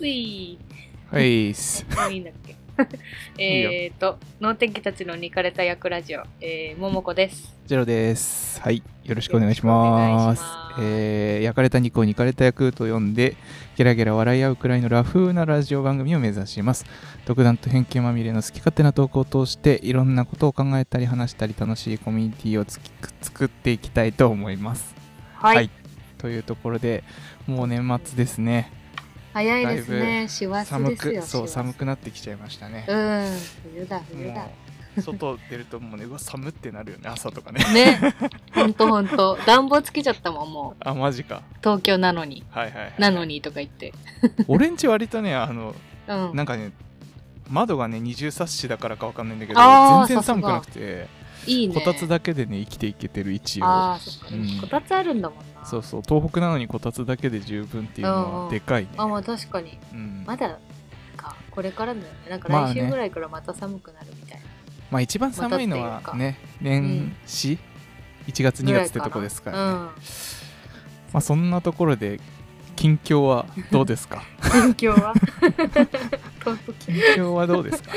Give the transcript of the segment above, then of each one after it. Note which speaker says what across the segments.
Speaker 1: うい
Speaker 2: はいっす。
Speaker 1: もういいんだ っけえーと能天気たちのにかれた役ラジオ、えー、ももこです
Speaker 2: ジェロです。はい。よろしくお願いします。
Speaker 1: よろしくお願いします
Speaker 2: えー、焼かれた肉を煮かれた役と呼んで、ゲラゲラ笑い合うくらいのラフなラジオ番組を目指します。独断と偏見まみれの好き勝手な投稿を通して、いろんなことを考えたり話したり楽しいコミュニティをつき作っていきたいと思います。
Speaker 1: はい、
Speaker 2: はいというところで、もう年末ですね。
Speaker 1: 早いですね師走
Speaker 2: 寒
Speaker 1: です
Speaker 2: く、
Speaker 1: よ
Speaker 2: そう、
Speaker 1: 師走
Speaker 2: 寒くなってきちゃいましたね。
Speaker 1: うん冬だ冬だ
Speaker 2: もう外出るともうね、うわ、寒ってなるよね、朝とかね。
Speaker 1: ねほんとほんと暖房つけちゃったもんも
Speaker 2: あ、マジか。
Speaker 1: う東京なのに
Speaker 2: はいはい、はい。
Speaker 1: なのにとか言って
Speaker 2: 俺んち割とねあの
Speaker 1: うん
Speaker 2: なんかね窓がね二重サッシだからかわかんないんだけど
Speaker 1: あー
Speaker 2: 全然寒くなくて
Speaker 1: いいね
Speaker 2: こたつだけでね生きていけてる一応
Speaker 1: ああそっか、
Speaker 2: うん
Speaker 1: こたつあるんだもんな
Speaker 2: そうそう東北なのにこたつだけで十分っていうの
Speaker 1: うんう
Speaker 2: は
Speaker 1: ん
Speaker 2: でかいね、
Speaker 1: あまあ確かに
Speaker 2: うん
Speaker 1: まだかこれからだよねなんか
Speaker 2: まあ
Speaker 1: 来
Speaker 2: ね
Speaker 1: 週ぐらいからまた寒くなるみたいな、
Speaker 2: まあ一番寒いのは
Speaker 1: またって
Speaker 2: ね
Speaker 1: うん
Speaker 2: 年始、1月2
Speaker 1: ぐら
Speaker 2: 月
Speaker 1: い
Speaker 2: ってとこですから、ね
Speaker 1: うん
Speaker 2: まあそんなところで近況はどうですか
Speaker 1: 近況は東
Speaker 2: 近
Speaker 1: 京
Speaker 2: 況はどうですか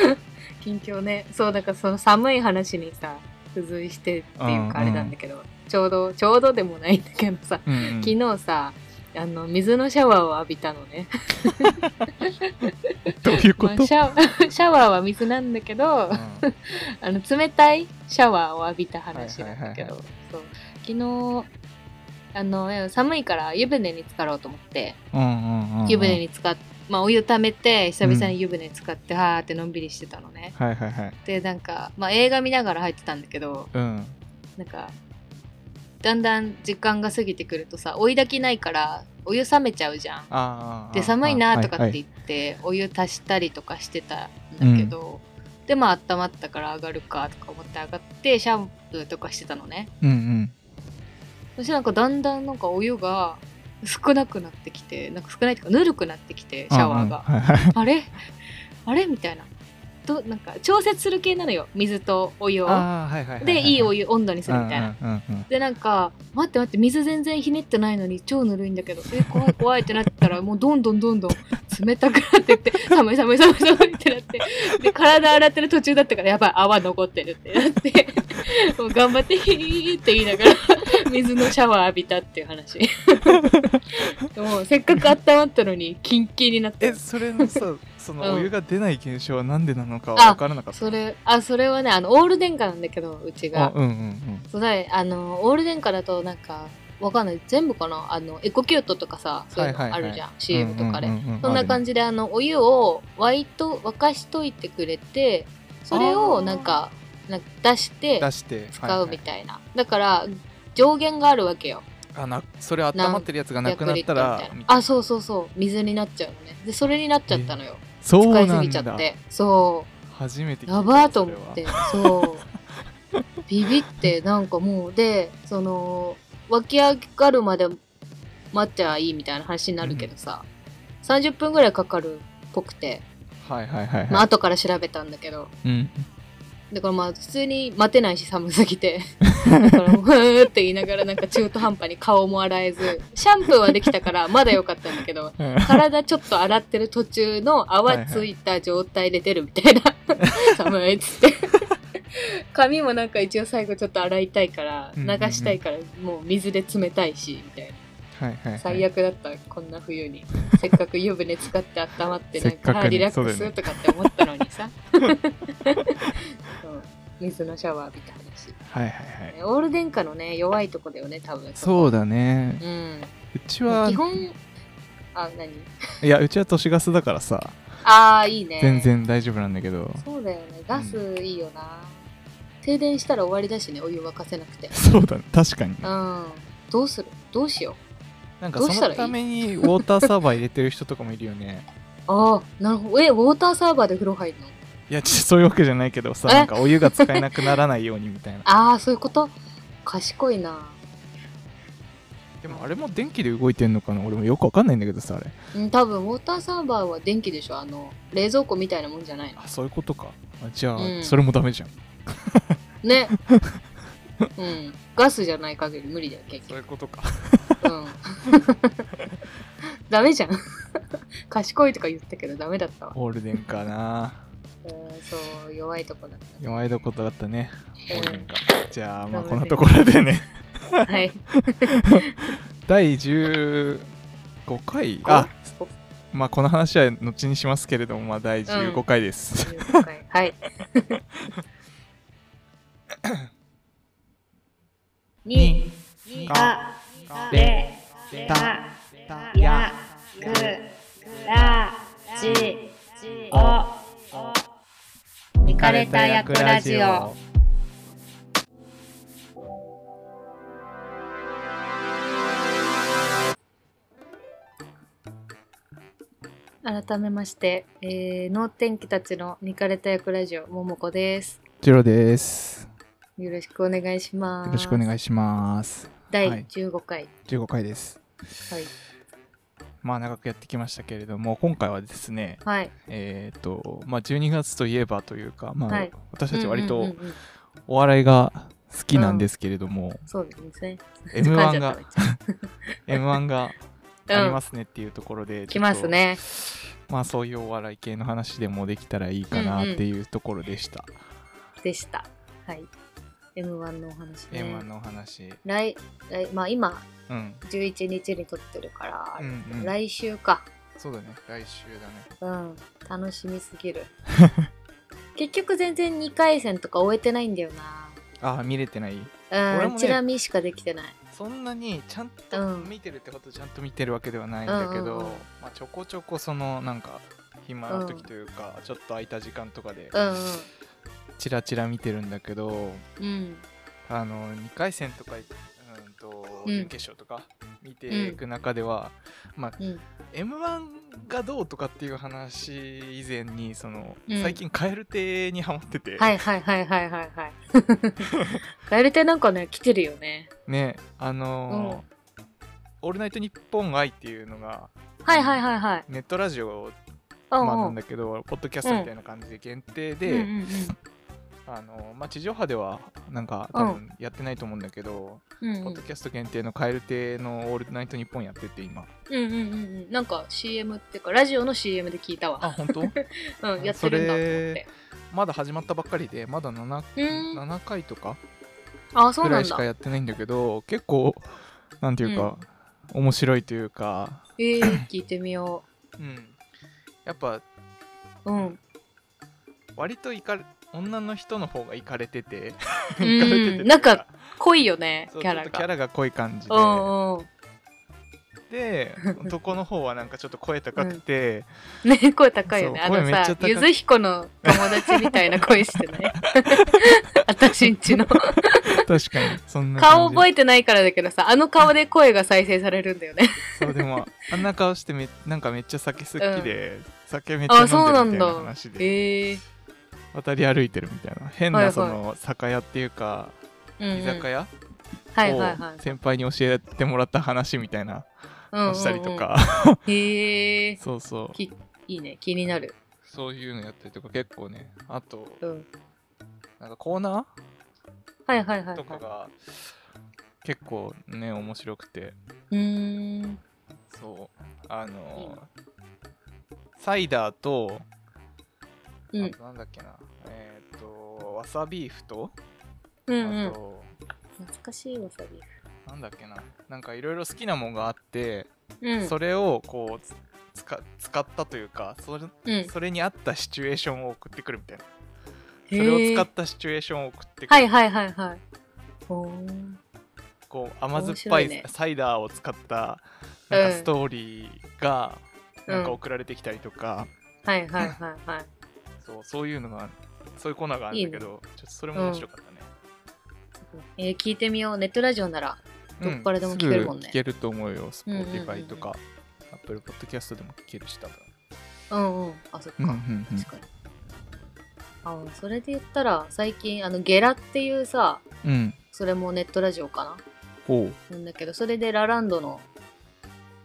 Speaker 1: 近況ねそうだからその寒い話にさ付随してっていうかあれなんだけど、ちょうどちょうどでもないんだけどさ、
Speaker 2: うんうん
Speaker 1: 昨日さあの水のシャワーを浴びたのね、
Speaker 2: どういうこ
Speaker 1: まあ
Speaker 2: と、
Speaker 1: シャシャワー は水なんだけどあ
Speaker 2: うん
Speaker 1: の冷たいシャワーを浴びた話なんだけど、
Speaker 2: は
Speaker 1: そう昨日あの寒いから湯船に浸かろうと思って、
Speaker 2: うんうんうんうん
Speaker 1: 湯船に浸かっまあ、お湯ためて久々に湯船に浸かって、はーってのんびりしてたのね
Speaker 2: はいはいはい
Speaker 1: でなんか、まあ、映画見ながら入ってたんだけど
Speaker 2: うん
Speaker 1: なんかだんだん時間が過ぎてくるとさ追い炊きないからお湯冷めちゃうじゃん。
Speaker 2: あー
Speaker 1: で寒いなとかって
Speaker 2: はい
Speaker 1: 言ってお湯足したりとかしてたんだけど、でまあ温まったから上がるかとか思って上がってシャンプーとかしてたのね。
Speaker 2: はいうん
Speaker 1: そしてなんかだんだんなんかお湯が少なくなってきてなんか少ないというかぬるくなってきて
Speaker 2: うん
Speaker 1: シャワーが。
Speaker 2: うんうんはいはい
Speaker 1: あれあれみたいな。どなんか調節する系なのよ水とお湯を。
Speaker 2: あーはいはいはいはい
Speaker 1: でいいお
Speaker 2: 湯
Speaker 1: 湯温度にするみたいな。
Speaker 2: うんうんうん
Speaker 1: でなんか待って待って水全然ひねってないのに超ぬるいんだけどえ怖い怖いってなってたらもうどんどんどんどん冷たくなって って寒い寒い寒い寒いってなってで体洗ってる途中だったからやばい泡残ってるってな ってもう頑張ってヒーって言いながら水のシャワー浴びたっていう 話でもせっかく温まったのにキンキンになって
Speaker 2: えそれ のさそのお湯が出ない現象はなんでなのか
Speaker 1: あ
Speaker 2: わからなかった
Speaker 1: それあそれはねあのオール電化なんだけどうちが
Speaker 2: あうんうんうん
Speaker 1: そうだねあのオール電化だとなんかわかんない全部かなあのエコキュートとかさそういうの
Speaker 2: はいは
Speaker 1: あ
Speaker 2: いはい
Speaker 1: るじゃん、CM とかで、そんな感
Speaker 2: じ
Speaker 1: じであのお湯を沸いと沸かしといてくれてそれをなんかなんか出して
Speaker 2: 出して
Speaker 1: 使うみ
Speaker 2: い
Speaker 1: たいな、だから上限があるわけよ
Speaker 2: なあなそれ温まってるやつがなく
Speaker 1: 100
Speaker 2: なった
Speaker 1: リ
Speaker 2: ら
Speaker 1: ットルみたいなあそうそうそう水になっちゃうのねでそれになっちゃったのよ
Speaker 2: そう
Speaker 1: 使い
Speaker 2: な
Speaker 1: す
Speaker 2: ん
Speaker 1: ぎちゃ
Speaker 2: だ
Speaker 1: ってそう
Speaker 2: 初めて聞いた
Speaker 1: やばーと思ってそうビビってなんかもうでその湧き上がるまで待っちゃいいみたいな話になるけどさ、30分ぐらいかかるっぽくて、
Speaker 2: それははいはいはい
Speaker 1: まあ
Speaker 2: はい
Speaker 1: 後から調べたんだけど
Speaker 2: うん
Speaker 1: だからまあ普通に待てないし寒すぎ てだからもうふーって言いながらなんか中途半端に顔も洗えずシャンプーはできたからまだ良かったんだけど
Speaker 2: うん
Speaker 1: 体ちょっと洗ってる途中の泡ついた状態で出るみたいな寒いっつって髪もなんか一応最後ちょっと洗いたいから
Speaker 2: う
Speaker 1: 流
Speaker 2: んうんうん
Speaker 1: したいからもう水で冷たいしみたい
Speaker 2: はいはいはい
Speaker 1: な最悪だったこんな冬 にせっかく湯船使って温まってなん
Speaker 2: せっか
Speaker 1: か
Speaker 2: くね
Speaker 1: あーリラック
Speaker 2: そうだよ
Speaker 1: ス
Speaker 2: ね
Speaker 1: とかって思ったのにさそう水のシャワー浴びた話
Speaker 2: はいはいはい
Speaker 1: オール電化のね弱いとこだよね多分
Speaker 2: そうだね
Speaker 1: うん
Speaker 2: うちは
Speaker 1: 基本あ何
Speaker 2: いやうちは都市ガスだからさ
Speaker 1: ああいいね
Speaker 2: 全然大丈夫なんだけど
Speaker 1: そうだよね、ガスいいよな。停電したら終わりだしね、お湯沸かせなくて。
Speaker 2: そうだね確かに
Speaker 1: うん。どうするどうしよう。
Speaker 2: なんか
Speaker 1: ど
Speaker 2: そう
Speaker 1: したら
Speaker 2: の
Speaker 1: いい
Speaker 2: ためにウォーターサーバー入れてる人とかもいるよね
Speaker 1: ああ、なるほど。え、ウォーターサーバーで風呂入るの
Speaker 2: いやちそういうわけじゃないけ どさ
Speaker 1: え
Speaker 2: なんかお湯が使えなくならないようにみたいな
Speaker 1: ああ、そういうこと賢いな。
Speaker 2: でもあれも電気で動いてんのかな俺もよくわかんないんだけどさあれ
Speaker 1: うん、多分ウォーターサーバーは電気でしょあの、冷蔵庫みたいなもんじゃないの。
Speaker 2: あそういうことかあじゃあ、
Speaker 1: うん
Speaker 2: それもダメじゃん
Speaker 1: ね。うん。ガスじゃない限り無理だよ、結
Speaker 2: そう
Speaker 1: 局。
Speaker 2: いうことか
Speaker 1: うん。 ダメじゃん 賢いとか言ったけどダメだったわ
Speaker 2: オールデンかな
Speaker 1: うんそう弱いとこだっ
Speaker 2: 弱いとこだったねオールデンかじゃあまあ
Speaker 1: そうです
Speaker 2: こ
Speaker 1: ね
Speaker 2: のところでね
Speaker 1: たはい
Speaker 2: 第15回あまあこの話は後にしますけれどもまあ第15回です、
Speaker 1: 15回はい。に、か、べ、た、や、く、ら、じ、お。いかれた役ラジオ。改めまして、えー、能天気たちのニカレた役ラジオ、ももこです。
Speaker 2: ジロです
Speaker 1: よろしくお願いします。
Speaker 2: よろしくお願いしますはい
Speaker 1: 第15回。
Speaker 2: 15回です
Speaker 1: はい。
Speaker 2: まあ長くやってきましたけれども今回はですね
Speaker 1: はい。
Speaker 2: えっ、とまあ12月といえばというかまあ、
Speaker 1: はい
Speaker 2: 私たち割
Speaker 1: うんうん
Speaker 2: と
Speaker 1: うんうん
Speaker 2: お笑いが好きなんですけれども、
Speaker 1: そうですね。
Speaker 2: m
Speaker 1: 噛んじ
Speaker 2: 1
Speaker 1: ゃっ
Speaker 2: が
Speaker 1: た
Speaker 2: m 1が
Speaker 1: うん
Speaker 2: ありますねっていうところで、
Speaker 1: 来ますね。
Speaker 2: まあそういうお笑い系の話でもできたらいいかなっていうところでした、
Speaker 1: でした。はい。M1 のお話ね。
Speaker 2: m 1のお話
Speaker 1: 来、来、まあ今、
Speaker 2: うん、
Speaker 1: 11日に撮ってるから、
Speaker 2: うんうん
Speaker 1: 来週か。
Speaker 2: そうだね来週だね
Speaker 1: うん。楽しみすぎ る。結局全然2回戦とか終えてないんだよ
Speaker 2: ああ見れてない
Speaker 1: な。う
Speaker 2: 俺も
Speaker 1: ん。
Speaker 2: ね
Speaker 1: チラ見しかできてない。
Speaker 2: そんなにちゃんと
Speaker 1: うん
Speaker 2: 見てるってことちゃんと見てるわけではないんだけど、
Speaker 1: うんうんうん
Speaker 2: まあ、ちょこちょこそのなんか暇な時というか、ちょっと空いた時間とかで
Speaker 1: うん
Speaker 2: チラチラ見てるんだけど
Speaker 1: うん。うん。
Speaker 2: あの2回戦とかうんと
Speaker 1: うん
Speaker 2: 準決勝とか見ていく中では、まあ
Speaker 1: うん。
Speaker 2: m 1がどうとかっていう話以前にその、
Speaker 1: うん
Speaker 2: 最近蛙亭にハマってて、
Speaker 1: はいはいはいはいはい はい。カエル亭なんかね、来てるよね。
Speaker 2: ねあのーオールナイトニッポン愛」っていうのが
Speaker 1: はいはいはいはい。
Speaker 2: ネットラジオ、
Speaker 1: うん
Speaker 2: まあ、な
Speaker 1: うんん。
Speaker 2: だけど、ポッドキャストみたいな感じで限定で、
Speaker 1: うんうん
Speaker 2: あのーまあ、地上波ではなんか多分やってないと思うんだけど、
Speaker 1: うんうん
Speaker 2: ポッドキャスト限定の蛙亭の「オールナイトニッポン」やってて今
Speaker 1: うんうんうんうんなんか CM っていうかラジオの CM で聞いた
Speaker 2: あ
Speaker 1: わ
Speaker 2: 本 当
Speaker 1: うんやってるんだと思っ
Speaker 2: それ
Speaker 1: て
Speaker 2: まだ始まったばっかりでまだ 7,
Speaker 1: うん
Speaker 2: 7回とか
Speaker 1: あそう
Speaker 2: ぐ
Speaker 1: なん
Speaker 2: らいし
Speaker 1: だ
Speaker 2: かやってないんだけど結構なんていうか、面白いというか、
Speaker 1: えー、聞いてみよ
Speaker 2: うん、やっぱ
Speaker 1: う うん
Speaker 2: 割といかれ女の人の方がいかれてて
Speaker 1: うん
Speaker 2: イカれてて
Speaker 1: なんか濃いよね
Speaker 2: そう
Speaker 1: キャラ
Speaker 2: ちょっとキャ
Speaker 1: が
Speaker 2: ラが濃い感じ
Speaker 1: うんうん
Speaker 2: でで男の方はなんかちょっと声高くて、
Speaker 1: ね声高いよね
Speaker 2: そう
Speaker 1: あ
Speaker 2: 声
Speaker 1: の
Speaker 2: めっちゃ
Speaker 1: さ
Speaker 2: 高い
Speaker 1: ゆず彦 の友達みたいな声してない私んちの
Speaker 2: 確かにそんな
Speaker 1: 顔覚
Speaker 2: え
Speaker 1: えてないからだけどさあの顔で声が再生されるんだよね
Speaker 2: そうでもあんな顔してめなんかめっちゃ酒好きで、酒めっちゃ飲
Speaker 1: あそうんなん
Speaker 2: でるみたい
Speaker 1: だ
Speaker 2: な話で
Speaker 1: ええ
Speaker 2: 渡り歩いてるみたいな変
Speaker 1: はいは
Speaker 2: ないその酒屋っていうか
Speaker 1: うんうん
Speaker 2: 居酒屋
Speaker 1: はいはいは
Speaker 2: を
Speaker 1: い
Speaker 2: 先輩に教えてもらった話みたいな
Speaker 1: うんうんう
Speaker 2: を
Speaker 1: ん
Speaker 2: したりとか、
Speaker 1: へえ
Speaker 2: そうそう
Speaker 1: きいいね気になる
Speaker 2: そういうのやったりとか結構ねあと
Speaker 1: うん
Speaker 2: なんかコーナ
Speaker 1: はいはいはい、
Speaker 2: ー
Speaker 1: は
Speaker 2: と
Speaker 1: い。
Speaker 2: かが結構ね面白くて
Speaker 1: うーん。
Speaker 2: そうあのーサイダーと、
Speaker 1: うん
Speaker 2: あとなんだっけなえっ、とわさビーフと、
Speaker 1: うんうん
Speaker 2: あ。と
Speaker 1: 懐かしいわさび。
Speaker 2: なんだっけななんかいろいろ好きなもんがあって、
Speaker 1: うん。
Speaker 2: それをこうつ使使ったというかそれ
Speaker 1: うん。
Speaker 2: それに合ったシチュエーションを送ってくるみたいなそ
Speaker 1: へー
Speaker 2: れを使ったシチュエーションを送ってくる、
Speaker 1: はいはいはいはい。ほー
Speaker 2: こう甘酸っぱ
Speaker 1: 面白い
Speaker 2: い
Speaker 1: ね
Speaker 2: サイダーを使ったなん
Speaker 1: うん
Speaker 2: かストーリーがなんか
Speaker 1: うん
Speaker 2: 送られてきたりとか、
Speaker 1: はいはいはいはい。
Speaker 2: そうそういうのがそういうコーナーがあるんだけどちょっとそれも面白かったね、
Speaker 1: えー、聞いてみよう。ネットラジオなら。
Speaker 2: うん
Speaker 1: どっからでも聞けるもんね
Speaker 2: すぐ聞けると思うよ Spotify
Speaker 1: うん
Speaker 2: とか Apple Podcast でも聞けるし多分
Speaker 1: うんうん。あ、そっか。
Speaker 2: うんうんうん
Speaker 1: 確かに。あそれで言ったら、最近、あの、ゲラっていうさ、
Speaker 2: うん
Speaker 1: それもネットラジオか
Speaker 2: おう
Speaker 1: ななんだけど、それでラランドの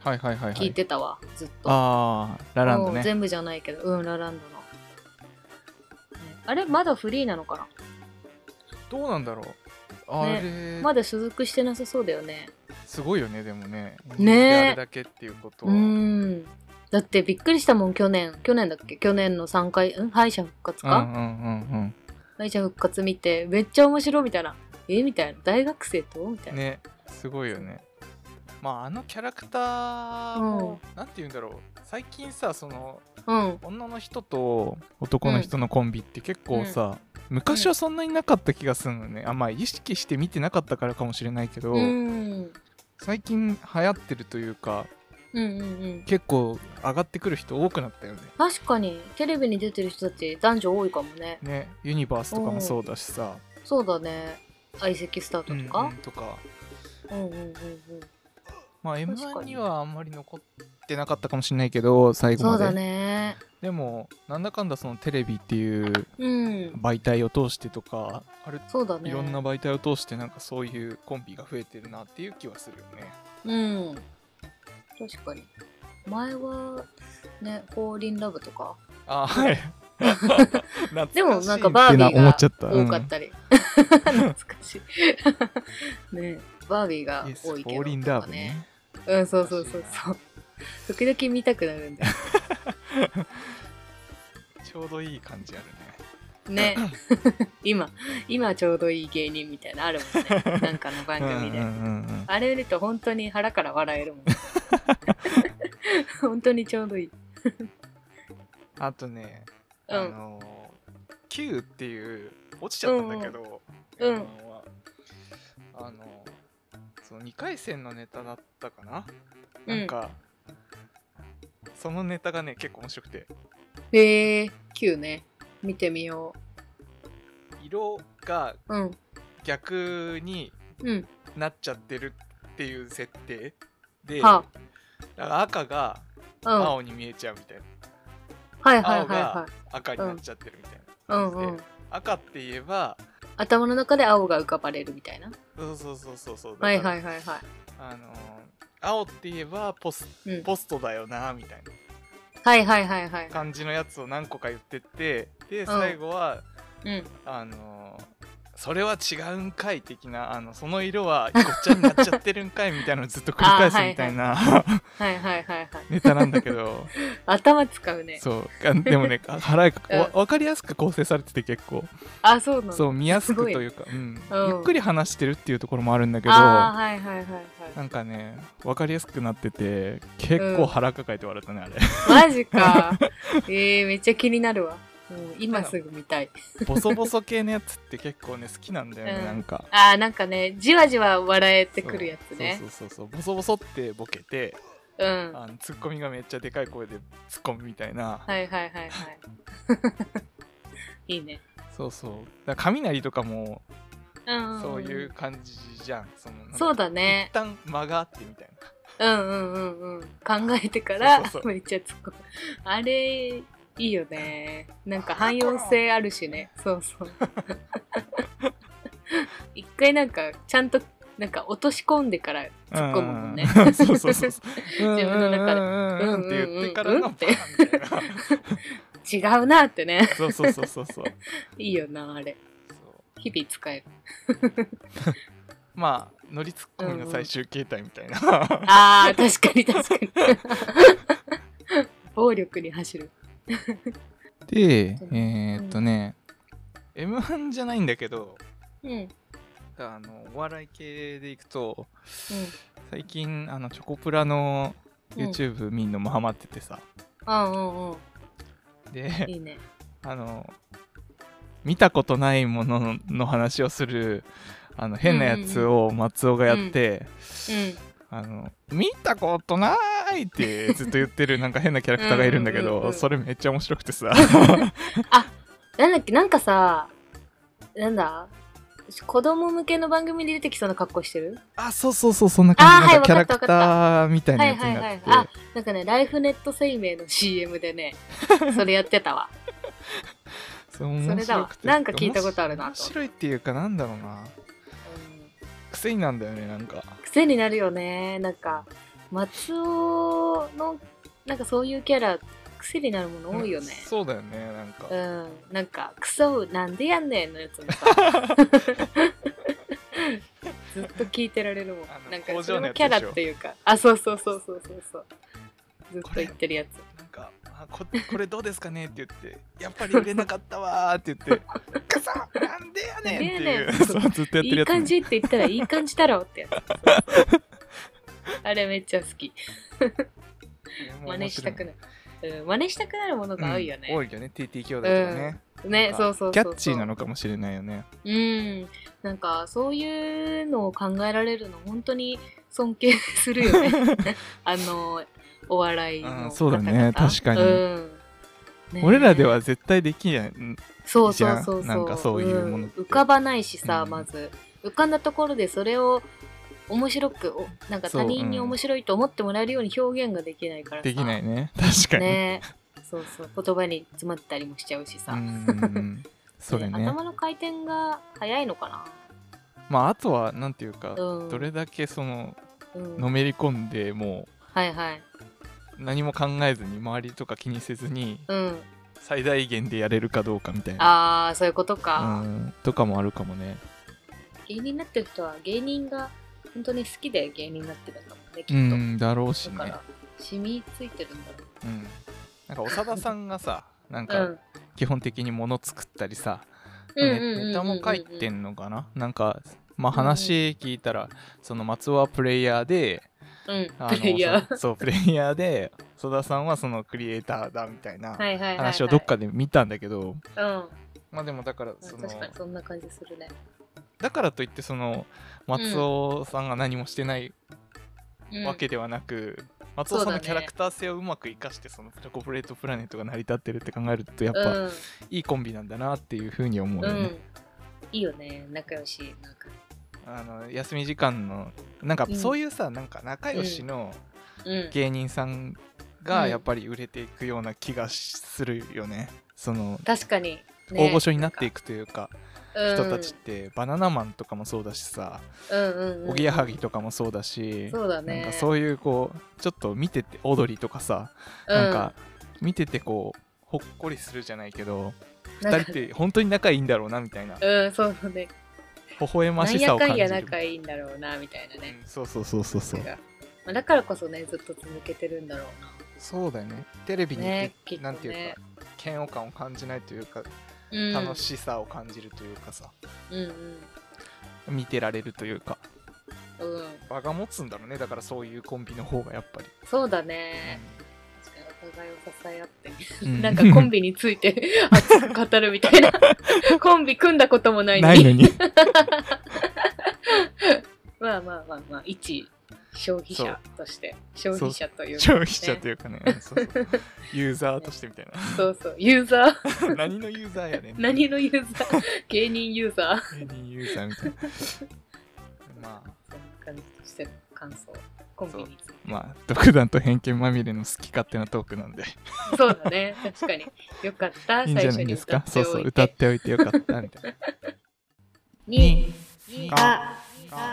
Speaker 2: はいはいはいはい
Speaker 1: 聞いてたわ、ずっと。
Speaker 2: ああラランド
Speaker 1: うん
Speaker 2: ね
Speaker 1: 全部じゃないけど、うん、ラランドの。ねあれまだフリーなのかな
Speaker 2: どうなんだろうあれ、
Speaker 1: まだ所属してなさそうだよね。
Speaker 2: すごいよねでもね
Speaker 1: ね
Speaker 2: であれだけっていうことは、
Speaker 1: うんだってびっくりしたもん去年去年だっけ去年の3回、うん、敗者復活
Speaker 2: うん
Speaker 1: か、
Speaker 2: うん
Speaker 1: 敗者復活見てめっちゃ面白いみたいなえみたいな大学生とみた
Speaker 2: う
Speaker 1: い
Speaker 2: ん
Speaker 1: な、
Speaker 2: ねすごいよねまああのキャラクターも、なんて言うんだろう最近さその
Speaker 1: うん
Speaker 2: 女の人と男の人のコンビって結構さ、昔はそんなになかった気がするのね、あまあ意識して見てなかったからかもしれないけど、
Speaker 1: うん
Speaker 2: 最近流行ってるというか
Speaker 1: うんうんうん
Speaker 2: 結構上がってくる人多くなったよね
Speaker 1: 確かにテレビに出てる人たち男女多いかもね
Speaker 2: ねユニバースとかもそうだしさ、
Speaker 1: そうだね相席スター
Speaker 2: う
Speaker 1: ト
Speaker 2: ん
Speaker 1: とか
Speaker 2: うん、とか
Speaker 1: うんうんうんうん
Speaker 2: まあ
Speaker 1: 確
Speaker 2: m
Speaker 1: かに
Speaker 2: 1にはあんまり残ってなかったかもしれないけど最後
Speaker 1: そ
Speaker 2: ま
Speaker 1: う
Speaker 2: で、
Speaker 1: だね
Speaker 2: でもなんだかんだそのテレビっていう
Speaker 1: うん
Speaker 2: 媒体を通してとかある
Speaker 1: そうだね
Speaker 2: いろんな媒体を通してなんかそういうコンビが増えてるなっていう気はするよ
Speaker 1: う
Speaker 2: ね。
Speaker 1: ん確かに前はね「フォーリンラブ」とか
Speaker 2: あはい。
Speaker 1: でもなんかバービー
Speaker 2: 思
Speaker 1: が
Speaker 2: っちゃった。
Speaker 1: 多かったり、 懐かしいねバービーが
Speaker 2: うん。イエス
Speaker 1: 多いけど
Speaker 2: ボーリンダー
Speaker 1: と
Speaker 2: ブ
Speaker 1: か
Speaker 2: ね。
Speaker 1: うんそうそうそうそう時々見たくなるんだよ
Speaker 2: ちょうどいい感じあるね。
Speaker 1: ね今今ちょうどいい芸人みたいなのあるもんねなんかの番組で、
Speaker 2: うんうんうんうん
Speaker 1: あれ見ると本当に腹から笑えるもん 本当にちょうどいい
Speaker 2: あとね、
Speaker 1: うん
Speaker 2: あの Q っていう落ちちゃったんだけど、
Speaker 1: うんうん
Speaker 2: M1 はあのその2回戦のネタだったかな、
Speaker 1: うん
Speaker 2: なんかそのネタがね結構面白くて
Speaker 1: へえ Q ね見てみよ
Speaker 2: 色が
Speaker 1: ううん
Speaker 2: 逆に
Speaker 1: うん
Speaker 2: なっちゃってるっていう設定で、
Speaker 1: は
Speaker 2: だから赤が
Speaker 1: うんはい
Speaker 2: 青に見えちゃうみたいな、
Speaker 1: はいはい
Speaker 2: 青が
Speaker 1: は
Speaker 2: 赤になっちゃってるみたい
Speaker 1: いうん
Speaker 2: な感じ
Speaker 1: う
Speaker 2: で、
Speaker 1: ん
Speaker 2: 赤って言えば
Speaker 1: 頭の中で青が浮かばれるみたいな
Speaker 2: そうそうそうそうそうだから
Speaker 1: はいはいはいはい
Speaker 2: あのー青って言えばポス
Speaker 1: うん
Speaker 2: ポストだよなみたい
Speaker 1: はいはいはいはい
Speaker 2: な感じのやつを何個か言ってってで最後は、
Speaker 1: うん
Speaker 2: あのーそれは違うんかい的なあのその色はごっちゃになっちゃってるんかいみたいなのをずっと繰り返すみたいな
Speaker 1: はいはいはいはい
Speaker 2: ネタなんだけ ど
Speaker 1: 頭使うね
Speaker 2: そうあで もねあ腹が
Speaker 1: うん
Speaker 2: わ分かりやすく構成されてて結構
Speaker 1: あそうなの
Speaker 2: そう見やす
Speaker 1: すご
Speaker 2: く
Speaker 1: い
Speaker 2: というか、うん
Speaker 1: うん
Speaker 2: ゆっくり話してるっていうところもあるんだけど
Speaker 1: ああはいはいはいはい
Speaker 2: なんかね分かりやすくなってて結構腹抱えて笑ったねあれ。
Speaker 1: マジ か。ええめっちゃ気になるわ。もう今すぐ見たい。
Speaker 2: ボソボソ系のやつって結構ね好きなんだよね、
Speaker 1: うん
Speaker 2: なんか
Speaker 1: ああ、なんかね、じわじわ笑えてくるやつね
Speaker 2: そ。うそうそうそうボソボソってボケて、
Speaker 1: うん。は
Speaker 2: あのツッコミがめっちゃでかい声でツッコむみたいな、
Speaker 1: いはいはいはい。 いいね。
Speaker 2: そうそうだから雷とかも
Speaker 1: うんんん。
Speaker 2: そういう。感じじゃん、そのなんか
Speaker 1: そうだね
Speaker 2: 一旦間があってみたい
Speaker 1: うんうんうんうん。考えてから
Speaker 2: そうそうそ
Speaker 1: めっちゃ突っ込む。あれ、いいよね。なんか汎用性あるしね。そうそう。 一回なんか、ちゃんと、なんか落とし込んでから突っ
Speaker 2: な
Speaker 1: 込むもんね。
Speaker 2: う そうそうそう自
Speaker 1: 分の中で
Speaker 2: でうんうんうんって言ってから
Speaker 1: うんうんう
Speaker 2: の
Speaker 1: ん
Speaker 2: パーンみたいな
Speaker 1: 違うなってね。
Speaker 2: そうそうそうそうそう
Speaker 1: いいよな、あれ。
Speaker 2: そう
Speaker 1: 日々使 える。
Speaker 2: まあノリツッコミの最終形態みたいな、
Speaker 1: ああ、確かに確かに。 暴力に走る。
Speaker 2: で
Speaker 1: う、ん
Speaker 2: えーっとね、M1 じゃないんだけど、
Speaker 1: うん。うん。
Speaker 2: あのお笑い系でいくと、最近、あのチョコプラの YouTube 見んのもハマっててさ、
Speaker 1: うんうんうん。
Speaker 2: で、
Speaker 1: いいね。
Speaker 2: あの、見たことないものの話をする、あの変なやつを松尾がやって、あの見たことないってずっと言ってるなんか変なキャラクターがいるんだけ
Speaker 1: うんうんうんう
Speaker 2: ど
Speaker 1: ん
Speaker 2: それめっちゃ面白く て
Speaker 1: う
Speaker 2: さ
Speaker 1: ん。なんだっけ、なんかさ、なんだ子供向けの番組で出てきそうな格好してる
Speaker 2: あそうそうそうそんな感じ
Speaker 1: あー
Speaker 2: なんかキャ
Speaker 1: はいわ
Speaker 2: ラ
Speaker 1: かった
Speaker 2: クターみたいな
Speaker 1: は
Speaker 2: や
Speaker 1: い
Speaker 2: つ
Speaker 1: はい
Speaker 2: に
Speaker 1: は
Speaker 2: なっ
Speaker 1: い
Speaker 2: て。て
Speaker 1: あ、なんかね、ライフネット生命の CM で ね、それやってたわ。
Speaker 2: そう
Speaker 1: それだわ
Speaker 2: 面白くて
Speaker 1: なんか聞いたことあるなと
Speaker 2: 面白いっていうかなんだろうな
Speaker 1: うん
Speaker 2: 癖になんだよねなんか
Speaker 1: 癖になるよねなんか松尾のなんかそういうキャラ癖になるもの多いよね
Speaker 2: そうだよねなんか、
Speaker 1: うん、なんか「 クソなんでやんねん」のやつもさずっと聞いてられるもん
Speaker 2: あの
Speaker 1: なんか
Speaker 2: 工
Speaker 1: それ
Speaker 2: 場の
Speaker 1: も
Speaker 2: やつ
Speaker 1: キ
Speaker 2: でしょ
Speaker 1: ャラっていうかあそうそうそうそうそうそうずっと言ってるやつ
Speaker 2: なんかあここれどうですかねって言ってやっぱり売れなかったわーって言 ってくそなんでやねんっ
Speaker 1: な
Speaker 2: て
Speaker 1: んで
Speaker 2: い
Speaker 1: やね
Speaker 2: うん そうずっとやってる
Speaker 1: い
Speaker 2: や
Speaker 1: い
Speaker 2: つね、
Speaker 1: 感じって言ったらいい感じだろうってやつそう そうあれめっちゃ好き
Speaker 2: もう
Speaker 1: 真似したく
Speaker 2: 面
Speaker 1: なる、うん、真似したくなるもの
Speaker 2: 白い
Speaker 1: が多いよね
Speaker 2: うん、多いよね TT 兄弟とかね、
Speaker 1: ね
Speaker 2: なんか
Speaker 1: そうそうそうそう
Speaker 2: キャッチーなのかもしれないよね
Speaker 1: うんなんかそういうのを考えられるの本当に尊敬するよね あのお笑いの
Speaker 2: う
Speaker 1: 方
Speaker 2: ん
Speaker 1: 々
Speaker 2: そうだね確かに
Speaker 1: うんね
Speaker 2: 俺らでは絶対できないうん
Speaker 1: そうそうそうそう
Speaker 2: じゃんなんかそういうものって
Speaker 1: ん浮かばないしさ、
Speaker 2: うん
Speaker 1: まず浮かんだところでそれを面白くおなんか
Speaker 2: そう
Speaker 1: 他人に
Speaker 2: うん
Speaker 1: 面白いと思ってもらえるように表現ができないからさ
Speaker 2: できないね確かに、
Speaker 1: ねそうそう言葉に詰まったりもしちゃうしさ、
Speaker 2: うんうん うんそうだ
Speaker 1: ね
Speaker 2: ね
Speaker 1: 頭の回転が早いのか
Speaker 2: まああとはなんていうか、
Speaker 1: なうん
Speaker 2: どれだけその
Speaker 1: うん
Speaker 2: のめり込んでも
Speaker 1: はいはいう
Speaker 2: 何も考えずに周りとか気にせずに
Speaker 1: うん
Speaker 2: 最大限でやれるかどうかみたいな、
Speaker 1: ああそういうことか、
Speaker 2: うん、とかもあるかもね
Speaker 1: 芸人になってる人は芸人が本当に好きで芸人になってるんだもんねきっと、
Speaker 2: うんだろうし
Speaker 1: だ
Speaker 2: ね
Speaker 1: から染みついてるんだろ
Speaker 2: うん、なんか長田さんがさなん
Speaker 1: う
Speaker 2: か基本的に物作ったりさ、
Speaker 1: うん
Speaker 2: ね
Speaker 1: うんうんうんうんうん
Speaker 2: ネタも書いてんのかななんかまあ話聞いたら、その松尾はプレイヤーで
Speaker 1: うん、うん、
Speaker 2: あの
Speaker 1: プレイヤー
Speaker 2: そそうプレイヤーで曽田さんはそのクリエイターだみたいな
Speaker 1: はいはいはいはい
Speaker 2: 話をどっかで見たんだけ
Speaker 1: う
Speaker 2: ど、
Speaker 1: ん
Speaker 2: まあでもだからその
Speaker 1: 確かにそんな感じするね
Speaker 2: だからといってその松尾さんが何もしてないわけではなく、松尾さんのキャラクター性をうまく生かしてそのチョコプレートプラネットが成り立ってるって考えるとやっぱ、
Speaker 1: うん
Speaker 2: いいコンビなんだなっていうふうに思う
Speaker 1: う
Speaker 2: よね、
Speaker 1: んいいよね仲良しなんか
Speaker 2: あの休み時間のなんか
Speaker 1: うん
Speaker 2: そういうさ、なんか仲良しの
Speaker 1: うん
Speaker 2: 芸人さんが
Speaker 1: うん
Speaker 2: やっぱり売れていくような気がするよね、その
Speaker 1: 確かに、ね、
Speaker 2: 大御所になっていくというか、
Speaker 1: うん
Speaker 2: 人たちってバナナマンとかもそうだしさ、
Speaker 1: うんうんうん
Speaker 2: おぎやはぎとかもそうだし、
Speaker 1: そうだね
Speaker 2: なんかそういうこうちょっと見てて踊りとかさ、なんか見ててこうほっこりするじゃないけど
Speaker 1: うん
Speaker 2: 2人って本当に仲いいんだろうなみたいな微
Speaker 1: うんそうだね
Speaker 2: 笑ま
Speaker 1: なん
Speaker 2: しさ
Speaker 1: や
Speaker 2: を
Speaker 1: か
Speaker 2: 感
Speaker 1: ん
Speaker 2: じ
Speaker 1: や
Speaker 2: る
Speaker 1: 仲いいんだろうなみたいなね
Speaker 2: うんそうそうそうそうそう
Speaker 1: がまあだからこそねずっと続けてるんだろうな
Speaker 2: そうだよねテレビに、
Speaker 1: ね
Speaker 2: い
Speaker 1: きっとね
Speaker 2: なんていうか嫌悪感を感じないというか、
Speaker 1: うん
Speaker 2: 楽しさを感じるというかさ
Speaker 1: うん
Speaker 2: 見てられるというか
Speaker 1: うんうん
Speaker 2: 場が持つんだろうねだからそういうコンビの方がやっぱり、
Speaker 1: そうだね確かにお互いを支え合って
Speaker 2: う ん
Speaker 1: なんかコンビについて 熱く語るみたいな コンビ組んだこともないの
Speaker 2: ない
Speaker 1: に
Speaker 2: のに
Speaker 1: まあまあまあまあ一消費者として消費者というか
Speaker 2: 消費者というかねうんそうそうユーザーとしてみたい
Speaker 1: そうそうユーザー
Speaker 2: な 何のユーザーやねん
Speaker 1: 何のユーザー芸人ユーザー
Speaker 2: 芸人ユーザーみたいなまあ
Speaker 1: そんな感じとしての感想コンビについて
Speaker 2: まあ独断と偏見まみれの好き勝手なトークなんで
Speaker 1: そうだね、確かに。よかった、
Speaker 2: いいん
Speaker 1: 最
Speaker 2: じゃな
Speaker 1: 初
Speaker 2: い
Speaker 1: に
Speaker 2: です
Speaker 1: 歌っ
Speaker 2: かそ
Speaker 1: て
Speaker 2: うそ
Speaker 1: お
Speaker 2: う
Speaker 1: い。
Speaker 2: 歌ってておいてよかったみたいな
Speaker 1: に、
Speaker 2: に
Speaker 1: あ、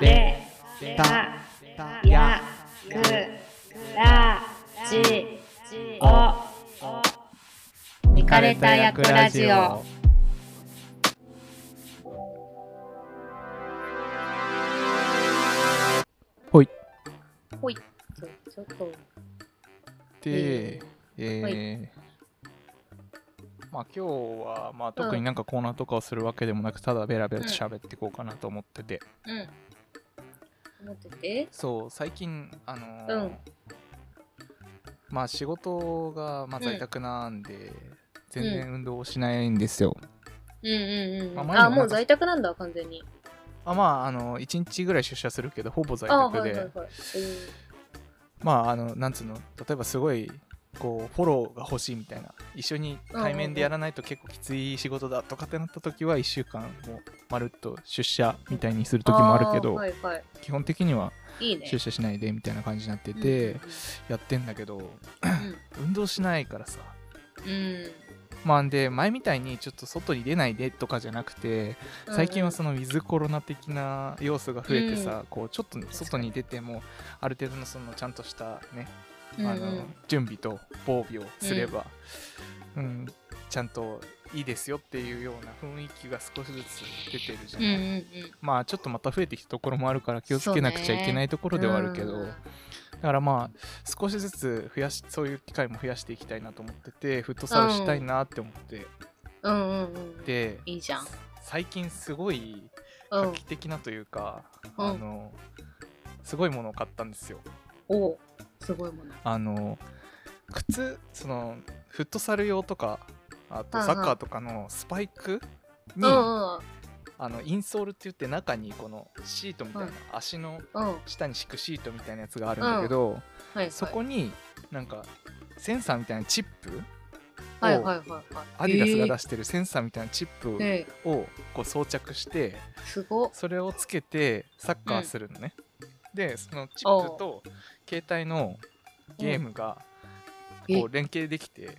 Speaker 2: れ
Speaker 1: れ、
Speaker 2: た
Speaker 1: た、
Speaker 2: た
Speaker 1: や、ぐ、ら、じ、お、お。見かれたやくラジオ。
Speaker 2: ほい
Speaker 1: ほい。ちょちょっと。
Speaker 2: で、えー
Speaker 1: は
Speaker 2: まあ今日はまあ特になんかコーナーとかをするわけでもなくただベラベラと喋っていこうかなと思ってて、
Speaker 1: うん。思ってて。
Speaker 2: そう最近あのー
Speaker 1: うん
Speaker 2: まあ仕事がまあ
Speaker 1: うん
Speaker 2: 在宅なんで、全然運動をしないんですよ、
Speaker 1: うんうん
Speaker 2: あ
Speaker 1: う
Speaker 2: 前
Speaker 1: ん。
Speaker 2: もなん
Speaker 1: あ、
Speaker 2: か
Speaker 1: もう在宅なんだ、完全に。
Speaker 2: あまああの1日ぐらい出社するけどほぼ在
Speaker 1: あ、
Speaker 2: 宅で、
Speaker 1: はいはいはい。
Speaker 2: まああのなんつうの例えばすごいこうフォローが欲しいみたいな一緒に対面でやらないと結構きつい仕事だとかってなった時は1週間もうまるっと出社みたいにする時もあるけど、
Speaker 1: ーはいはい。
Speaker 2: 基本的にはい
Speaker 1: いね。
Speaker 2: 出社しないでみたいな感じになってて、やってんだけど 運動しないからさ
Speaker 1: うんうんうん、うん
Speaker 2: まあで前みたいにちょっと外に出ないでとかじゃなくて最近はそのウィズコロナ的な要素が増えてさ、こうちょっと外に出てもある程度のそのちゃんとしたね
Speaker 1: うんうん
Speaker 2: あの準備と防備をすれば、うんちゃんといいですよっていうような雰囲気が少しずつ出てるじゃ
Speaker 1: うんう
Speaker 2: ない、
Speaker 1: ん
Speaker 2: まあちょっとまた増えてきたところもあるから気をつけなくちゃいけないところではあるけど、
Speaker 1: そうね
Speaker 2: だからまあ少しずつ増やしそういう機会も増やしていきたいなと思っててフットサルしたいなって思って、
Speaker 1: うんうんうんうん
Speaker 2: で
Speaker 1: いいじゃん
Speaker 2: 最近すごい
Speaker 1: うん
Speaker 2: 画期的なというか、
Speaker 1: うん
Speaker 2: あのすごいものを買ったんですよ。
Speaker 1: おうすごいもの
Speaker 2: あの靴そのフットサル用とかあ
Speaker 1: う
Speaker 2: と
Speaker 1: んうん
Speaker 2: サッカーとかのスパイクに、あのインソールって言って中にこのシートみたいな、
Speaker 1: うん
Speaker 2: 足の
Speaker 1: うんうんうん
Speaker 2: 下に敷くシートみたいなやつがあるんだけ
Speaker 1: は
Speaker 2: ど、
Speaker 1: いはい
Speaker 2: そこになんかセンサーみたいなチップを、
Speaker 1: はいはいはいはい
Speaker 2: アディダスが出してるセンサーみたいなチップ
Speaker 1: えーえ
Speaker 2: をこう装着して
Speaker 1: ーすごっ
Speaker 2: それをつけてサッカーするのね、でそのチップと携帯のゲームがこ
Speaker 1: お
Speaker 2: う連携できて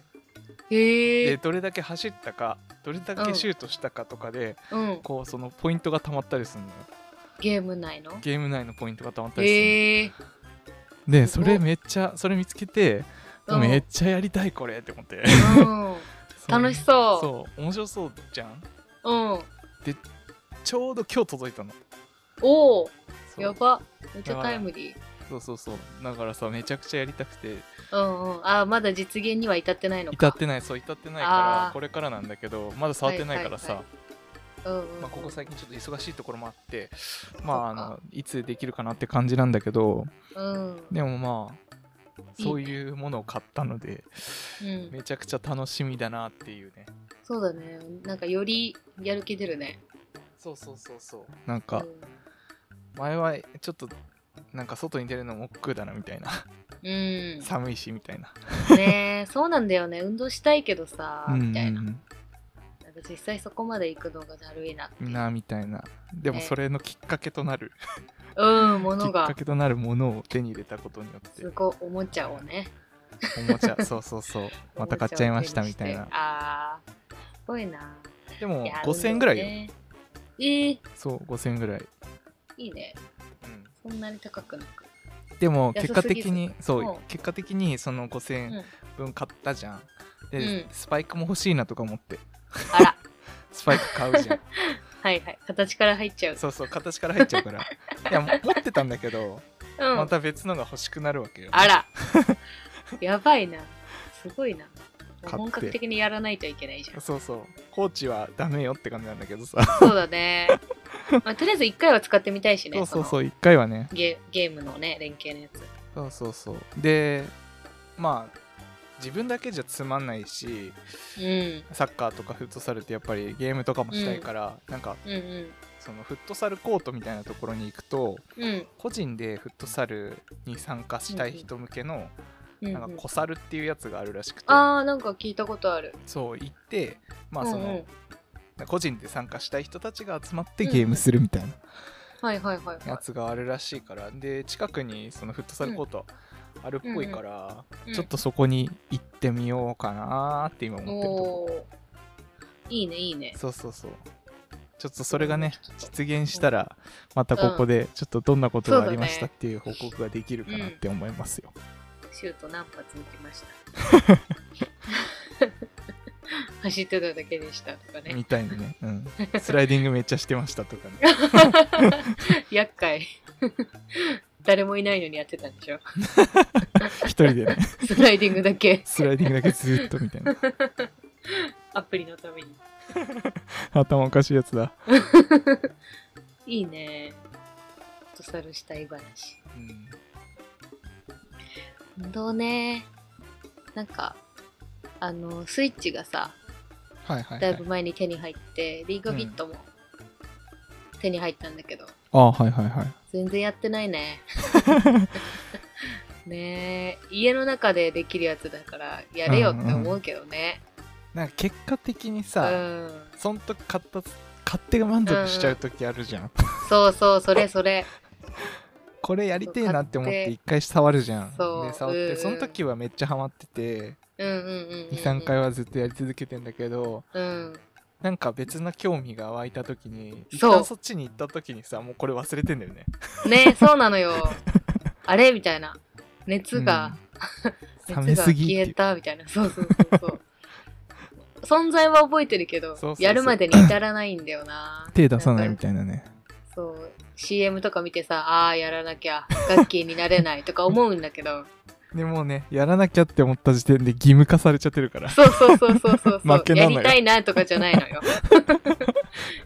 Speaker 1: え
Speaker 2: で
Speaker 1: え
Speaker 2: どれだけ走ったかどれだけシュートしたかとかで
Speaker 1: うん
Speaker 2: こうそのポイントがたまったりするのよ
Speaker 1: ゲーム内の
Speaker 2: ゲーム内のポイントがたまったりするの、
Speaker 1: ええ
Speaker 2: ですそ
Speaker 1: ごい
Speaker 2: れめっちゃそれ見つけて
Speaker 1: うん
Speaker 2: めっちゃやりたいこれって思って
Speaker 1: うん 楽しそう
Speaker 2: そう面白そうじゃん
Speaker 1: うん
Speaker 2: ちょうど今日届いたの
Speaker 1: おお
Speaker 2: そう
Speaker 1: やばめっちゃタイムリー
Speaker 2: そうそうそうだからさめちゃくちゃやりたくて
Speaker 1: うんうんあーまだ実現には至ってないの
Speaker 2: 至
Speaker 1: か
Speaker 2: ってないそう至ってない
Speaker 1: あ
Speaker 2: から
Speaker 1: ー
Speaker 2: これからなんだけどまだ触ってないからさ、
Speaker 1: はいはうんうん
Speaker 2: まあ、ここ最近ちょっと忙しいところもあってまあ
Speaker 1: か
Speaker 2: あのいつできるかなって感じなんだけど
Speaker 1: うん
Speaker 2: でもまあそういうものを買ったので
Speaker 1: うん
Speaker 2: めちゃくちゃ楽しみだなっていうね
Speaker 1: そうだねなんかよりやる気出るね
Speaker 2: そうそうそうそうなん
Speaker 1: う
Speaker 2: か
Speaker 1: ん
Speaker 2: 前はちょっとなんか外に出るのも億劫だなみた いな
Speaker 1: うん
Speaker 2: 寒いしみたいな
Speaker 1: ねえそうなんだよね運動したいけどさ
Speaker 2: うん
Speaker 1: みたいな
Speaker 2: うん
Speaker 1: なんか実際そこまで行くのがだるいなって
Speaker 2: う
Speaker 1: い
Speaker 2: ん
Speaker 1: う
Speaker 2: なみたいなでも
Speaker 1: ね
Speaker 2: それのきっかけとなる
Speaker 1: うんも
Speaker 2: きっ
Speaker 1: の
Speaker 2: か
Speaker 1: が
Speaker 2: けとなるものを手に入れたことによって
Speaker 1: すごいおもちゃをね
Speaker 2: おも ちゃそうそうそうまた買っちゃいましたみたい
Speaker 1: おも
Speaker 2: な
Speaker 1: ちゃを手にしてあーすごいな
Speaker 2: でも
Speaker 1: や
Speaker 2: 5000円ぐらいよ、
Speaker 1: 運動ねえー、
Speaker 2: そう5000円ぐらい、
Speaker 1: いいねそんなに高くなく
Speaker 2: でも
Speaker 1: 安す
Speaker 2: 結
Speaker 1: ぎず
Speaker 2: 果的にそう、
Speaker 1: うん
Speaker 2: 結果的にその5000
Speaker 1: うん
Speaker 2: 円分買ったじゃん、で、
Speaker 1: うん
Speaker 2: スパイクも欲しいなとか思って
Speaker 1: あら
Speaker 2: スパイク買う じゃん
Speaker 1: はいはい形から入っちゃう
Speaker 2: そうそう形から入っちゃうからいやも持ってたんだけど、
Speaker 1: うん、
Speaker 2: また別のが欲しくなるわけよ
Speaker 1: あ らやばいなすごいな
Speaker 2: 買って
Speaker 1: 本格的にやらないといけないじゃん
Speaker 2: そうそうコーチはダメよって感じなんだけどさ
Speaker 1: そうだ ね、まあ、とりあえず一回は使ってみたいしね
Speaker 2: そうそう
Speaker 1: の
Speaker 2: そう一回はね
Speaker 1: ゲゲームのね連携のやつ
Speaker 2: そうそうそうでまあ自分だけじゃつまんないし
Speaker 1: うん
Speaker 2: サッカーとかフットサルってやっぱりゲームとかもしたいから、なんか
Speaker 1: うん
Speaker 2: そのフットサルコートみたいなところに行くと
Speaker 1: うんうん
Speaker 2: 個人でフットサルに参加したい人向けの
Speaker 1: うん
Speaker 2: なん
Speaker 1: う
Speaker 2: か
Speaker 1: ん
Speaker 2: コサルっていうやつがあるらしくて、
Speaker 1: ああなんか聞いたことある
Speaker 2: そう行ってまあその、
Speaker 1: うんうん、
Speaker 2: 個人で参加したい人たちが集まってゲームするみたいな
Speaker 1: はいはいはい
Speaker 2: や
Speaker 1: は
Speaker 2: つがあるらしいからで近くにそのフットサルコートあるっぽいから、
Speaker 1: い
Speaker 2: ちょっとそこに行ってみようかなーって今思ってるとこ
Speaker 1: おおーいいねいいね
Speaker 2: そうそうそうちょっとそれがね実現したらまたここでちょっとどんなことがありましたっていう報告ができるかなって思いますよ。
Speaker 1: シュート何発打ちました 走ってただけでしたとかね
Speaker 2: みたいに ね、うん、スライディングめっちゃしてましたとかね
Speaker 1: 厄介 誰もいないのにやってたんでしょ
Speaker 2: 一人 でね
Speaker 1: スライディングだけ
Speaker 2: スライディングだけずっとみたいな
Speaker 1: アプリのために
Speaker 2: 頭おかしいやつだ、
Speaker 1: いいねフットサルしたい話
Speaker 2: うん、
Speaker 1: 運動ねなんかあのスイッチがさ
Speaker 2: はいはい、は
Speaker 1: だいぶ
Speaker 2: い、
Speaker 1: 前に手に入って、リーグフィットも手に入ったんだけど、
Speaker 2: ああはいはいはい
Speaker 1: 全然やってない ねねえ家の中でできるやつだからやれよって思うけどね
Speaker 2: なんか結果的に
Speaker 1: うん、
Speaker 2: さ、そんと買った買って満足しちゃう時あるじゃん、
Speaker 1: そうそうそれそれ
Speaker 2: これやりてえなって思っ
Speaker 1: 買ってて
Speaker 2: 一回触るじゃん
Speaker 1: そう
Speaker 2: で触って
Speaker 1: うん
Speaker 2: その時はめっちゃハマってて
Speaker 1: うんうんうん、うん、
Speaker 2: 23回はずっとやり続けてんだけど
Speaker 1: うん
Speaker 2: なんか別の興味が湧いた時に一
Speaker 1: そう
Speaker 2: 旦そっちに行った時にさもうこれ忘れてんだよね
Speaker 1: ねそうなのよ あれみたいな熱が、
Speaker 2: うん冷め
Speaker 1: 熱が
Speaker 2: すぎっ
Speaker 1: 消
Speaker 2: ていう
Speaker 1: えたみたいなそうそうそうそう存在は覚えてるけど
Speaker 2: そうそうそう
Speaker 1: やるまでに至らないんだよな
Speaker 2: 手出さないみ
Speaker 1: い
Speaker 2: たいなね
Speaker 1: なそう CM とか見てさああーやらなきゃガッキーになれないとか思うんだけど
Speaker 2: でもうねやらなきゃって思った時点で義務化されちゃってる から
Speaker 1: そうそうそうそうそうそ
Speaker 2: 負
Speaker 1: う
Speaker 2: けな
Speaker 1: や
Speaker 2: のよ
Speaker 1: りたいなとかじゃないの よ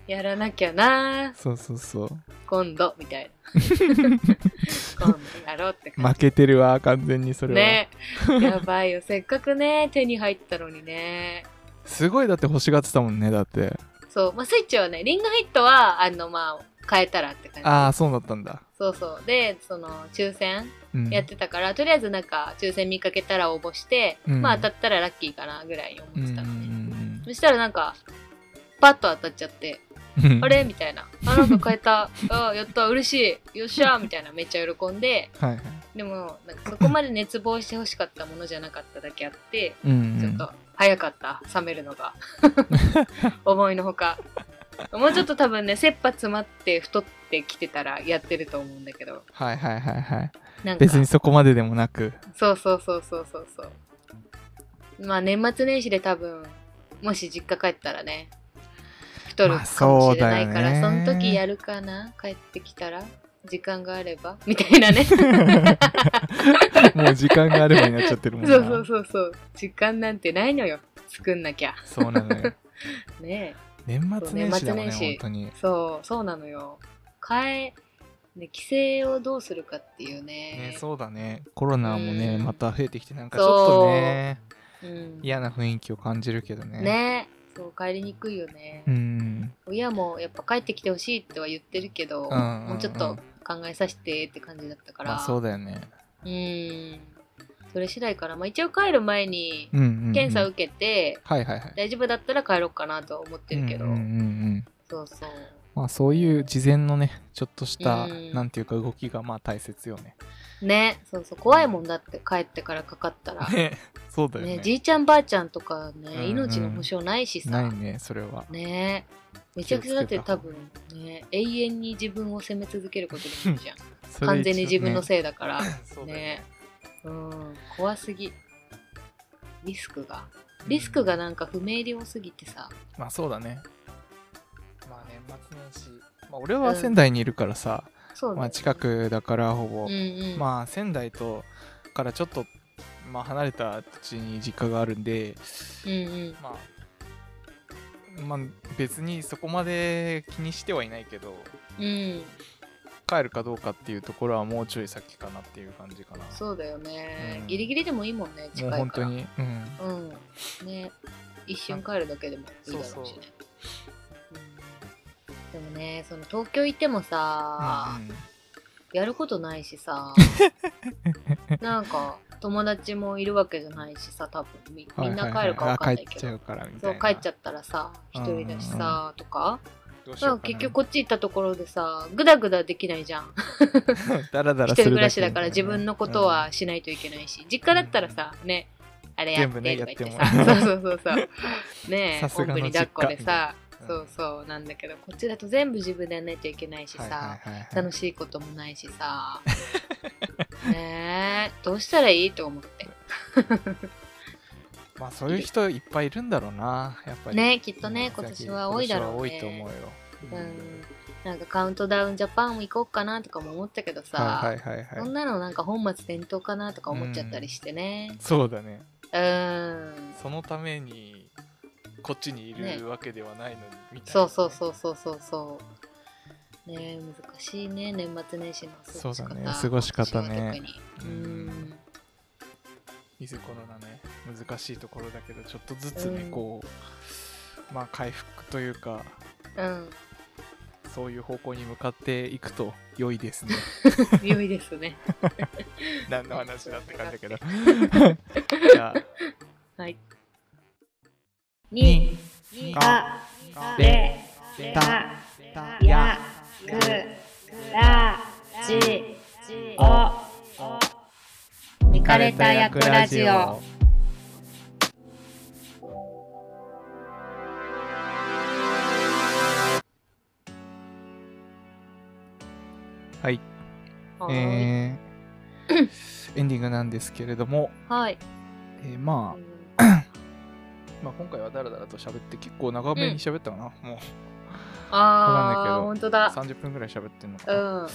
Speaker 1: やらなきゃな
Speaker 2: そうそうそう
Speaker 1: 今度みたいな今度やろうって感
Speaker 2: 負けてるわ完全にそ
Speaker 1: じ
Speaker 2: れは、
Speaker 1: ねやばいよせっかくね手に入ったのにね
Speaker 2: すごいだって欲しがってたもんねだって
Speaker 1: そう、まあ、スイッチはね、リングフィットは、あの、まあ、変えたらって感じ。
Speaker 2: ああそうだったんだ、
Speaker 1: そうそう。で、その、抽選
Speaker 2: うん、
Speaker 1: やってたから、とりあえずなんか、抽選見かけたら応募して、
Speaker 2: うん
Speaker 1: まあ、当たったらラッキーかな、ぐらいに思
Speaker 2: う
Speaker 1: っ
Speaker 2: ん
Speaker 1: て
Speaker 2: うん
Speaker 1: たのね。そしたらなんか、パッと当たっちゃって、
Speaker 2: うん うん
Speaker 1: あれみたいな。あ、なんか変えた。あやった、嬉しい。よっしゃみたいな。めっちゃ喜んで、
Speaker 2: はいはい
Speaker 1: でも、なんかそこまで熱望してほしかったものじゃなかっただけあって、
Speaker 2: うん
Speaker 1: ち
Speaker 2: う
Speaker 1: ょっ
Speaker 2: ん
Speaker 1: と早かった、冷めるの が。思いのほか。もうちょっと多分ね、切羽詰まって太ってきてたらやってると思うんだけど、
Speaker 2: はいはいはいはい
Speaker 1: なんか、
Speaker 2: 別
Speaker 1: そ
Speaker 2: に
Speaker 1: う
Speaker 2: そこまででも なく
Speaker 1: そうそうそうそうそう。まあ年末年始で多分、もし実家帰ったらね、太る
Speaker 2: まあ
Speaker 1: かもしれないから、
Speaker 2: そうだ
Speaker 1: そ
Speaker 2: よね
Speaker 1: の時やるかな帰ってきたら時間があればみたいなね。
Speaker 2: もう時間があればになっちゃってるもんな
Speaker 1: そうそうそうそう。時間なんてないのよ。作んなきゃ。
Speaker 2: そうなのよ
Speaker 1: ねえ。
Speaker 2: 年末年始だもんね
Speaker 1: そう年末年始
Speaker 2: 本当に
Speaker 1: そう、そうなのよ。変え、ね、規制をどうするかっていうね。
Speaker 2: ね、そうだねコロナもね、
Speaker 1: うん
Speaker 2: また増えてきてなんかちょっとね
Speaker 1: うん、
Speaker 2: 嫌な雰囲気を感じるけどね
Speaker 1: ね。そう、帰りにくいよね
Speaker 2: う。ん
Speaker 1: 親もやっぱ帰ってきてほしいっては言ってるけど、
Speaker 2: うんうんうん
Speaker 1: もうちょっと考えさせてって感じだったから。
Speaker 2: まあそうだよね
Speaker 1: うん。それ次第から、まあ一応帰る前に
Speaker 2: うんうん、うん、
Speaker 1: 検査受けて、
Speaker 2: はいはいはい
Speaker 1: 大丈夫だったら帰ろうかなとは思ってるけど、
Speaker 2: うんうんうんうん
Speaker 1: そうそう。
Speaker 2: まあそういう事前のねちょっとした、
Speaker 1: うん
Speaker 2: なんていうか動きがまあ大切よね
Speaker 1: ね、そうそう、怖いもんだって帰ってからかかったら。
Speaker 2: ねそうだよね
Speaker 1: ね、じいちゃんばあちゃんとか
Speaker 2: うんうん
Speaker 1: ね、命の保証ないし
Speaker 2: な
Speaker 1: さ
Speaker 2: い、ねそれは
Speaker 1: ねめちゃくちゃだって多分ね、永遠に自分を責め続けることになるじゃん。
Speaker 2: それ
Speaker 1: 完全に自分の
Speaker 2: い
Speaker 1: せいだから。
Speaker 2: そうだよね
Speaker 1: ねうん、怖すぎ。リスクが。リスクがなんか不明瞭すぎてさ。
Speaker 2: まあそうだねまあ年末年始まあ俺は仙台にいるからさ、
Speaker 1: そうだね
Speaker 2: まあ近。くだからほぼ、
Speaker 1: うんうん。
Speaker 2: まあ仙台とからちょっと、まあ、離れた土地に実家があるんで、
Speaker 1: うんうん。
Speaker 2: まあ、まあ別にそこまで気にしてはいないけど
Speaker 1: うん。
Speaker 2: 帰るかどうかっていうところはもうちょい先かなっていう感じかな
Speaker 1: そうだよね、
Speaker 2: うん
Speaker 1: ギリギリでもいいもんね、近
Speaker 2: も
Speaker 1: いうから。
Speaker 2: 本当に、うん、
Speaker 1: うん。ね。一瞬帰るだけでもいいだろうしね。
Speaker 2: そうそう
Speaker 1: うん、でもね、その東京行ってもさ、やることないし さ、なんか友達もいるわけじゃないしさ、多分みみんな帰るか分かんないけど。
Speaker 2: 帰っちゃうからみた
Speaker 1: そ
Speaker 2: いうな
Speaker 1: 帰っちゃったらさ
Speaker 2: うん
Speaker 1: 一人だしさ、とか
Speaker 2: どうし
Speaker 1: な
Speaker 2: ようんか
Speaker 1: か
Speaker 2: な
Speaker 1: 結局 こっち行ったところでさグダグダできないじゃん
Speaker 2: だらだ
Speaker 1: 一
Speaker 2: らす
Speaker 1: 人暮
Speaker 2: る
Speaker 1: ら
Speaker 2: だ
Speaker 1: し
Speaker 2: け
Speaker 1: だ
Speaker 2: みたいな
Speaker 1: から自分のことはしないといけないし、実家だったらさねあれやっ
Speaker 2: 全部ね
Speaker 1: てとか言って
Speaker 2: や っても
Speaker 1: さ、そうそうそうそうねえ
Speaker 2: さすがの
Speaker 1: おんぶに抱っこでさ
Speaker 2: 実家
Speaker 1: そうそうなんだけどこっちだと全部自分でやんないといけないしさ、
Speaker 2: はいはいはいはい
Speaker 1: 楽しいこともないしさ ねえどうしたらいいと思って
Speaker 2: まあそういう人いっぱいいるんだろうなやっぱり
Speaker 1: ねきっとね
Speaker 2: うん
Speaker 1: 今年は多いだろうね
Speaker 2: 今年は多いと
Speaker 1: う
Speaker 2: 思うよ、
Speaker 1: んなんかカウントダウンジャパン行こうかなとかも思ったけどさ、
Speaker 2: はいはいはい
Speaker 1: そ
Speaker 2: は
Speaker 1: ん
Speaker 2: い
Speaker 1: なのなんか本末転倒かなとか思っちゃったりしてね
Speaker 2: そうだね
Speaker 1: うーん
Speaker 2: そのためにこっちにい
Speaker 1: ね
Speaker 2: るわけではないのに、みたいな
Speaker 1: そうそうそうそうそうそう。ねえ難しいね年末年始の過ごし
Speaker 2: そうだ
Speaker 1: 方。
Speaker 2: ね過ごし方
Speaker 1: 今
Speaker 2: ね
Speaker 1: 年は特にう
Speaker 2: うん
Speaker 1: ん。
Speaker 2: いずコロナね難しいところだけどちょっとずつね、
Speaker 1: うん
Speaker 2: こうまあ回復というか
Speaker 1: うん。
Speaker 2: そういう方向に向かっていくと良いです ね
Speaker 1: 良いですね。
Speaker 2: 何の話だって感じ だけどじゃあ
Speaker 1: はい。
Speaker 2: に
Speaker 1: に、
Speaker 2: が
Speaker 1: が、
Speaker 2: れ
Speaker 1: れ、
Speaker 2: た
Speaker 1: た、
Speaker 2: や
Speaker 1: や、く、
Speaker 2: く
Speaker 1: ら、じ、お、いかれた役ラジオ。
Speaker 2: はい、えーエンディングなんですけれども、
Speaker 1: はい。
Speaker 2: えーまあまあ、今回はダラダラと喋って結構長めに喋ったかな、もうわかんないけ
Speaker 1: あ
Speaker 2: ど
Speaker 1: ー、本当だ。
Speaker 2: 30分ぐらい喋ってんのか
Speaker 1: う
Speaker 2: な、
Speaker 1: ん。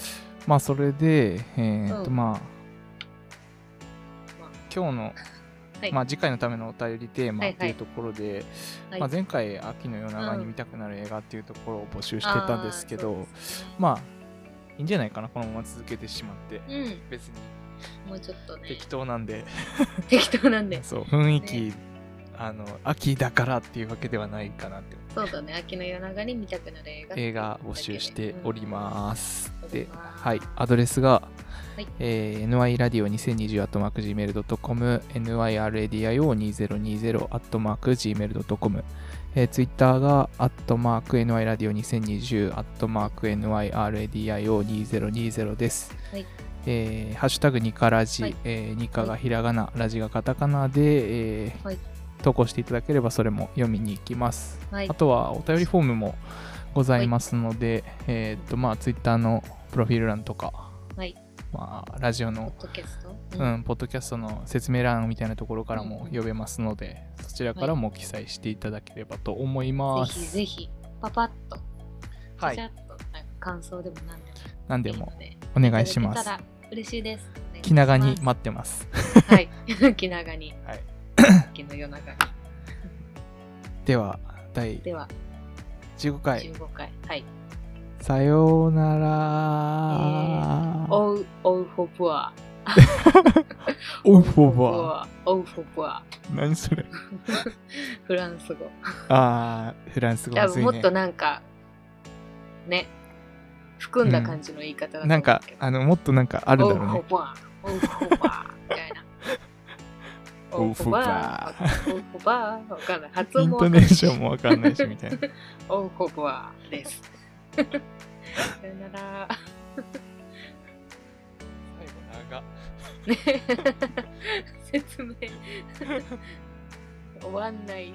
Speaker 2: まあそれでえーっと、
Speaker 1: うん
Speaker 2: まあ今日の、
Speaker 1: はい
Speaker 2: まあ、次回のためのお便りテーマっ
Speaker 1: はい
Speaker 2: てい
Speaker 1: は
Speaker 2: う
Speaker 1: い
Speaker 2: ところで、
Speaker 1: はい
Speaker 2: まあ、前回秋の夜長に見たくなる映画っていうところを募集してたんですけど、
Speaker 1: あーそうですね
Speaker 2: まあいいんじゃないかなこのまま続けてしまって
Speaker 1: うん。
Speaker 2: 別に
Speaker 1: もうちょっとね。
Speaker 2: 適当なんで、
Speaker 1: 適当なんで。
Speaker 2: そう雰囲気、あの秋だからっていうわけではないかなって
Speaker 1: そうだね。秋の夜長に見たくなる映画。
Speaker 2: 映画募集しております、
Speaker 1: うん
Speaker 2: で、はい、アドレスが、
Speaker 1: はい
Speaker 2: えー nyradio2020.gmail.com nyradio2020.gmail.com えー、ツイッターが、アットマーク NYRadio2020、アットマーク NYRADIO2020 です。
Speaker 1: はい
Speaker 2: えーハッシュタグニカラジ、
Speaker 1: はい
Speaker 2: えーニカがひらがな、ラジがカタカナで、えー
Speaker 1: はい
Speaker 2: 投稿していただければそれも読みに行きます。
Speaker 1: はい
Speaker 2: あ。とはお便りフォームもございますので、えーっとまあツイッターのプロフィール欄とか、
Speaker 1: はい
Speaker 2: まあラジオ
Speaker 1: ポ
Speaker 2: の
Speaker 1: ッドキャスト
Speaker 2: う。ん、ポッドキャストの説明欄みたいなところからも呼べますので、そちらからも記載していただければと思いま
Speaker 1: ぜひ
Speaker 2: す。
Speaker 1: ぜひ、パパッと、
Speaker 2: は
Speaker 1: ちゃちゃ
Speaker 2: い、
Speaker 1: っと、なんか感想でも何でも。
Speaker 2: 何でも
Speaker 1: いいので
Speaker 2: お願いしま
Speaker 1: い
Speaker 2: す
Speaker 1: ただ。けたら嬉しいです。お願いします
Speaker 2: 気長に待ってます。
Speaker 1: はい。気長に、
Speaker 2: はい、
Speaker 1: 秋の夜長に。
Speaker 2: では第
Speaker 1: では、
Speaker 2: 15回、
Speaker 1: 15回。はい。
Speaker 2: さようなら。
Speaker 1: オウ、オウフォブア。
Speaker 2: オフォバ
Speaker 1: ア。オウフォブア。
Speaker 2: ー。何それ
Speaker 1: フランス語。
Speaker 2: ああ、フランス語
Speaker 1: 多
Speaker 2: むず
Speaker 1: 分
Speaker 2: い
Speaker 1: も
Speaker 2: ね。
Speaker 1: っとなんか、ね、含んだ感じの言い方だと思う
Speaker 2: なんか
Speaker 1: けど
Speaker 2: あのもっとなんかあるだろう
Speaker 1: オウ
Speaker 2: ね。
Speaker 1: フォバー、オウフォバー、みたいな。
Speaker 2: オウフォバ
Speaker 1: ー、オウフォバー、わかんない。発
Speaker 2: イ
Speaker 1: 音
Speaker 2: ン
Speaker 1: もわか
Speaker 2: ト
Speaker 1: ん
Speaker 2: ネ
Speaker 1: な
Speaker 2: ー
Speaker 1: い
Speaker 2: ションもわかんないしみたいな。
Speaker 1: オウフォバーです。 さよなら。 ね説明終わんない。